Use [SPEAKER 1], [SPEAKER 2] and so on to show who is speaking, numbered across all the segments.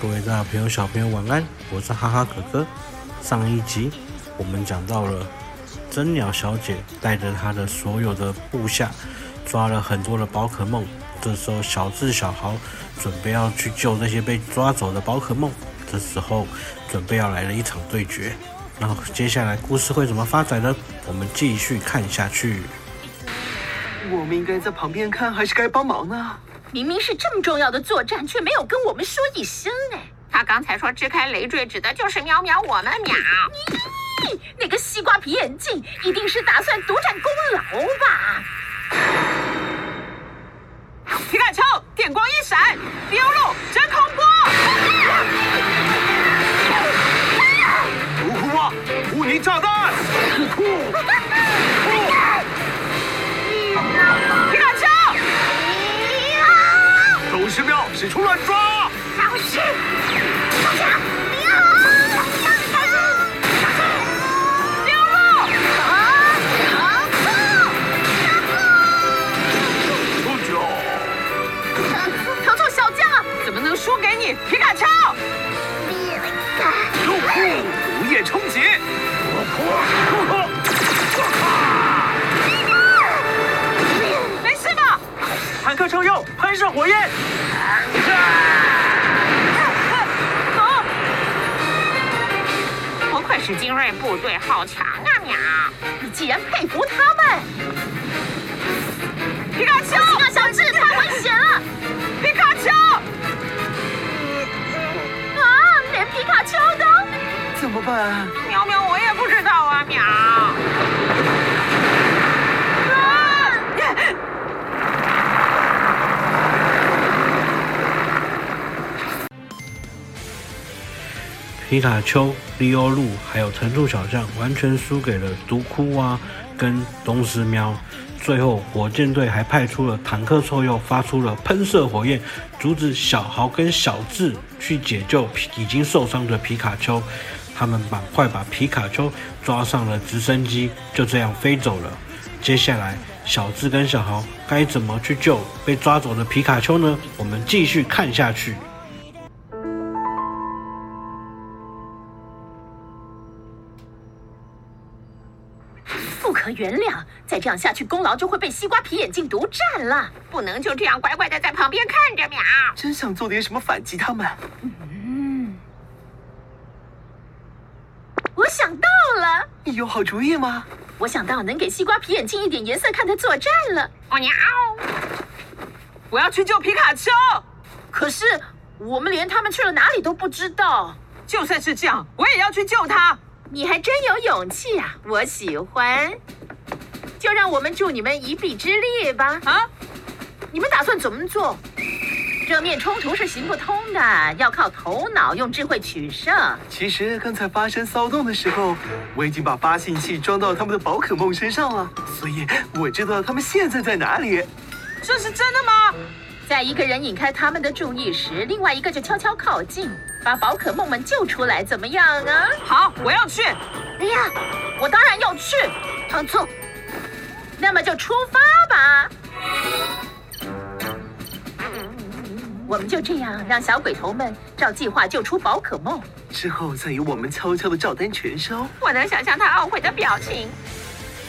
[SPEAKER 1] 各位大朋友、小朋友晚安，我是哈哈哥哥。上一集我们讲到了真鸟小姐带着她的所有的部下抓了很多的宝可梦，这时候小智、小豪准备要去救那些被抓走的宝可梦，这时候准备要来了一场对决。然后接下来故事会怎么发展呢？我们继续看下去。
[SPEAKER 2] 我们应该在旁边看，还是该帮忙呢？
[SPEAKER 3] 明明是这么重要的作战，却没有跟我们说一声哎！
[SPEAKER 4] 他刚才说支开累赘，指的就是喵喵我们喵。
[SPEAKER 3] 咦，那个西瓜皮眼镜一定是打算独占功劳吧？
[SPEAKER 4] 皮卡丘，电光一闪，溜路真空波。
[SPEAKER 2] 呼呼啊！污泥炸弹！
[SPEAKER 4] 皮卡丘，
[SPEAKER 3] 哎
[SPEAKER 2] 走十秒，使出乱抓！
[SPEAKER 4] 溜路，
[SPEAKER 2] 啾啾！
[SPEAKER 3] 糖醋小将啊，
[SPEAKER 4] 怎么能输给你，皮卡丘？
[SPEAKER 2] 哟呼！午夜冲劫！
[SPEAKER 4] 没事吧？
[SPEAKER 2] 坦克车右，喷射火焰！
[SPEAKER 4] 走。不愧是精锐部队，好强啊喵！
[SPEAKER 3] 你既然佩服他们，
[SPEAKER 4] 皮卡丘，
[SPEAKER 3] 西瓜小智太危险了
[SPEAKER 4] 皮卡丘，
[SPEAKER 3] 啊！连皮卡丘都
[SPEAKER 2] 怎么办？
[SPEAKER 4] 喵喵我也不知道啊喵。啊
[SPEAKER 1] 皮卡丘、利欧路还有藤兔小将完全输给了独孤蛙跟东石喵。最后，火箭队还派出了坦克臭鼬，发出了喷射火焰，阻止小豪跟小智去解救皮已经受伤的皮卡丘。他们赶快把皮卡丘抓上了直升机，就这样飞走了。接下来，小智跟小豪该怎么去救被抓走的皮卡丘呢？我们继续看下去。
[SPEAKER 3] 不可原谅，再这样下去，功劳就会被西瓜皮眼镜独占了。
[SPEAKER 4] 不能就这样乖乖的在旁边看着喵。
[SPEAKER 2] 真想做点什么反击他们。
[SPEAKER 3] 我想到了，
[SPEAKER 2] 你有好主意吗？
[SPEAKER 3] 我想到能给西瓜皮眼镜一点颜色看的作战了。
[SPEAKER 4] 喵！我要去救皮卡丘。
[SPEAKER 3] 可是我们连他们去了哪里都不知道。
[SPEAKER 4] 就算是这样，我也要去救他。
[SPEAKER 3] 你还真有勇气啊！我喜欢，就让我们助你们一臂之力吧。
[SPEAKER 4] 啊，
[SPEAKER 3] 你们打算怎么做？正面冲突是行不通的，要靠头脑，用智慧取胜。
[SPEAKER 2] 其实刚才发生骚动的时候，我已经把发信器装到他们的宝可梦身上了，所以我知道他们现在在哪里。
[SPEAKER 4] 这是真的吗？
[SPEAKER 3] 在一个人引开他们的注意时，另外一个就悄悄靠近，把宝可梦们救出来，怎么样啊？
[SPEAKER 4] 好，我要去。
[SPEAKER 3] 哎呀，我当然要去，糖醋。那么就出发吧。我们就这样让小鬼头们照计划救出宝可梦。
[SPEAKER 2] 之后再由我们悄悄的照单全收。
[SPEAKER 4] 我能想象他懊悔的表情。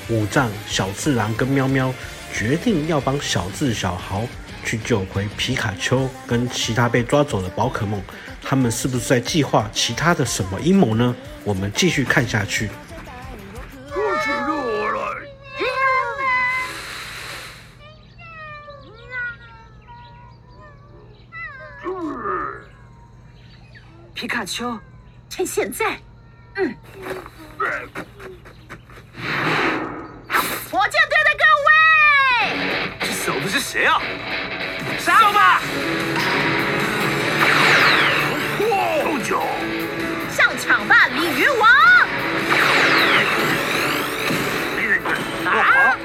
[SPEAKER 1] 五藏、小次郎跟喵喵决定要帮小智、小豪去救回皮卡丘跟其他被抓走的宝可梦。他们是不是在计划其他的什么阴谋呢？我们继续看下去。
[SPEAKER 4] 皮卡丘，
[SPEAKER 3] 趁现在，嗯，火箭队的各位，
[SPEAKER 2] 这小子是谁啊？杀了吧！哦啾
[SPEAKER 3] 上场吧，鲤鱼王！
[SPEAKER 2] 啊！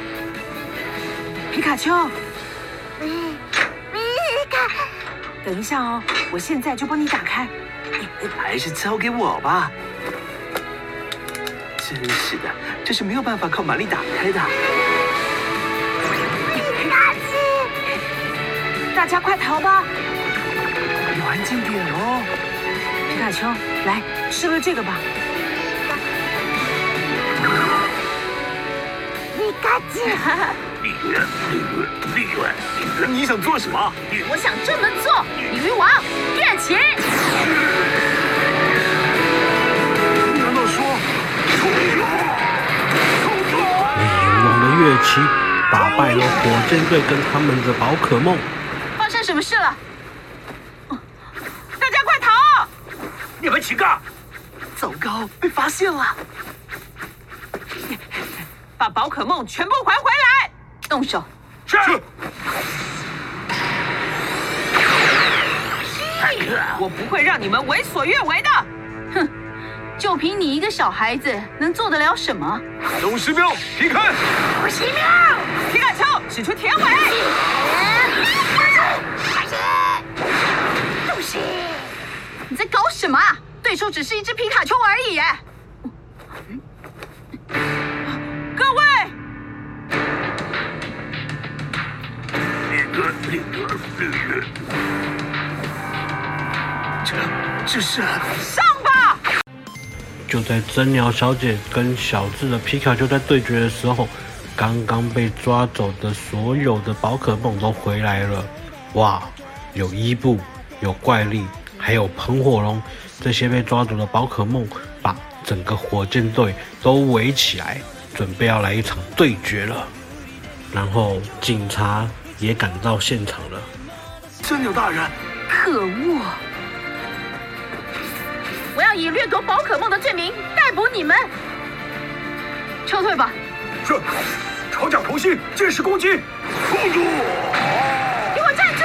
[SPEAKER 4] 皮卡丘，
[SPEAKER 3] 嗯
[SPEAKER 4] 等一下哦，我现在就帮你打开。
[SPEAKER 2] 还是交给我吧。真是的，这是没有办法靠蛮力打开的。
[SPEAKER 4] 大家快逃吧！
[SPEAKER 2] 有环境点哦。
[SPEAKER 4] 皮卡丘，来吃了这个吧。
[SPEAKER 5] 皮卡丘，
[SPEAKER 2] 你想做什么？
[SPEAKER 3] 我想这么做，鲤鱼王变形。
[SPEAKER 2] 难道说
[SPEAKER 1] 鲤鱼王的乐器打败了火箭队跟他们的宝可梦。
[SPEAKER 3] 发生什么事了？
[SPEAKER 4] 大家快逃！
[SPEAKER 2] 你们几个？糟糕，被发现了！
[SPEAKER 4] 把宝可梦全部还回来！
[SPEAKER 3] 动手！
[SPEAKER 2] 是。
[SPEAKER 4] 我不会让你们为所欲为的。
[SPEAKER 3] 就凭你一个小孩子，能做得了什么？
[SPEAKER 2] 董十彪，离开！
[SPEAKER 5] 奇妙，
[SPEAKER 4] 皮卡丘，使出铁尾！
[SPEAKER 5] 都是
[SPEAKER 3] 你在搞什么啊？对手只是一只皮卡丘而已耶！
[SPEAKER 4] 各位，
[SPEAKER 2] 这这是啊
[SPEAKER 4] 上吧！
[SPEAKER 1] 就在真鸟小姐跟小智的皮卡丘在对决的时候，刚刚被抓走的所有的宝可梦都回来了。哇，有伊布，有怪力，还有喷火龙，这些被抓走的宝可梦把整个火箭队都围起来，准备要来一场对决了。然后警察也赶到现场了。
[SPEAKER 2] 真牛大人，
[SPEAKER 3] 可恶！我要以掠夺宝可梦的罪名逮捕你们！撤退吧！
[SPEAKER 2] 是朝甲同心，借势攻击！
[SPEAKER 3] 给我站住！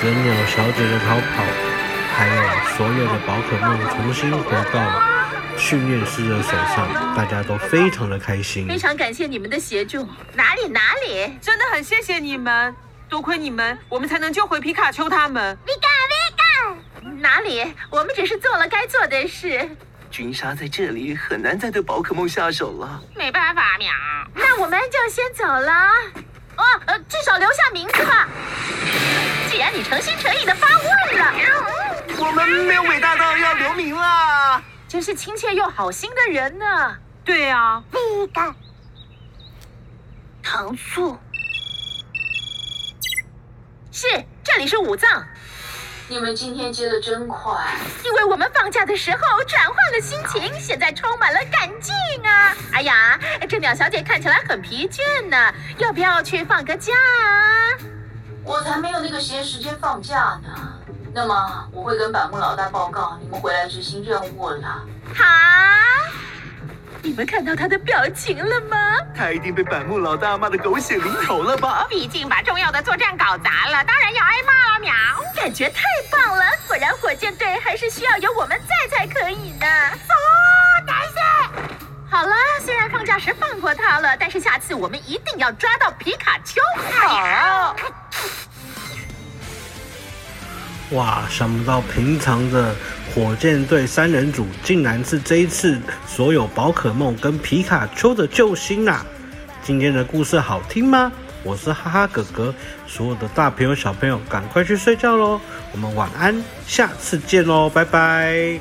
[SPEAKER 1] 真鸟小姐的逃跑，还有所有的宝可梦重新回到训练师的手上，大家都非常的开心。
[SPEAKER 3] 非常感谢你们的协助。
[SPEAKER 5] 哪里哪里，
[SPEAKER 4] 真的很谢谢你们，多亏你们，我们才能救回皮卡丘他们。
[SPEAKER 5] 皮卡皮卡，
[SPEAKER 3] 哪里？我们只是做了该做的事。
[SPEAKER 2] 君莎在这里很难再对宝可梦下手了。
[SPEAKER 5] 没办法，喵。
[SPEAKER 3] 那我们就先走了。哦，呃，至少留下名字吧。既然你诚心诚意的发问了，
[SPEAKER 2] 我们没有伟大到要留名啦。
[SPEAKER 3] 真是亲切又好心的人呢、
[SPEAKER 4] 对啊，
[SPEAKER 5] 皮卡，糖醋，
[SPEAKER 3] 是，这里是武藏。
[SPEAKER 6] 你们今天接的真快，
[SPEAKER 3] 因为我们放假的时候转换了心
[SPEAKER 5] 啊
[SPEAKER 3] 情，现在充满了感激啊！哎呀，这鸟小姐看起来很疲倦呢、要不要去放个假啊？
[SPEAKER 6] 我才没有那个闲时间放假呢。那么我会跟板木老大报告，你们回来执行任务了。
[SPEAKER 3] 好，你们看到她的表情了吗？
[SPEAKER 2] 他一定被板木老大骂的狗血淋头了吧？
[SPEAKER 4] 毕竟把重要的作战搞砸了，当然要挨骂了，喵。
[SPEAKER 3] 感觉太棒了！果然火箭队还是需要有我们在才可以呢。走，男士。好了，虽然放假时放过他了，但是下次我们一定要抓到皮卡丘。
[SPEAKER 4] 哎
[SPEAKER 3] 好。
[SPEAKER 1] 哇，想不到平常的火箭队三人组竟然是这一次所有宝可梦跟皮卡丘的救星啊！今天的故事好听吗？我是哈哈哥哥，所有的大朋友小朋友赶快去睡觉喽，我们晚安，下次见喽，拜拜。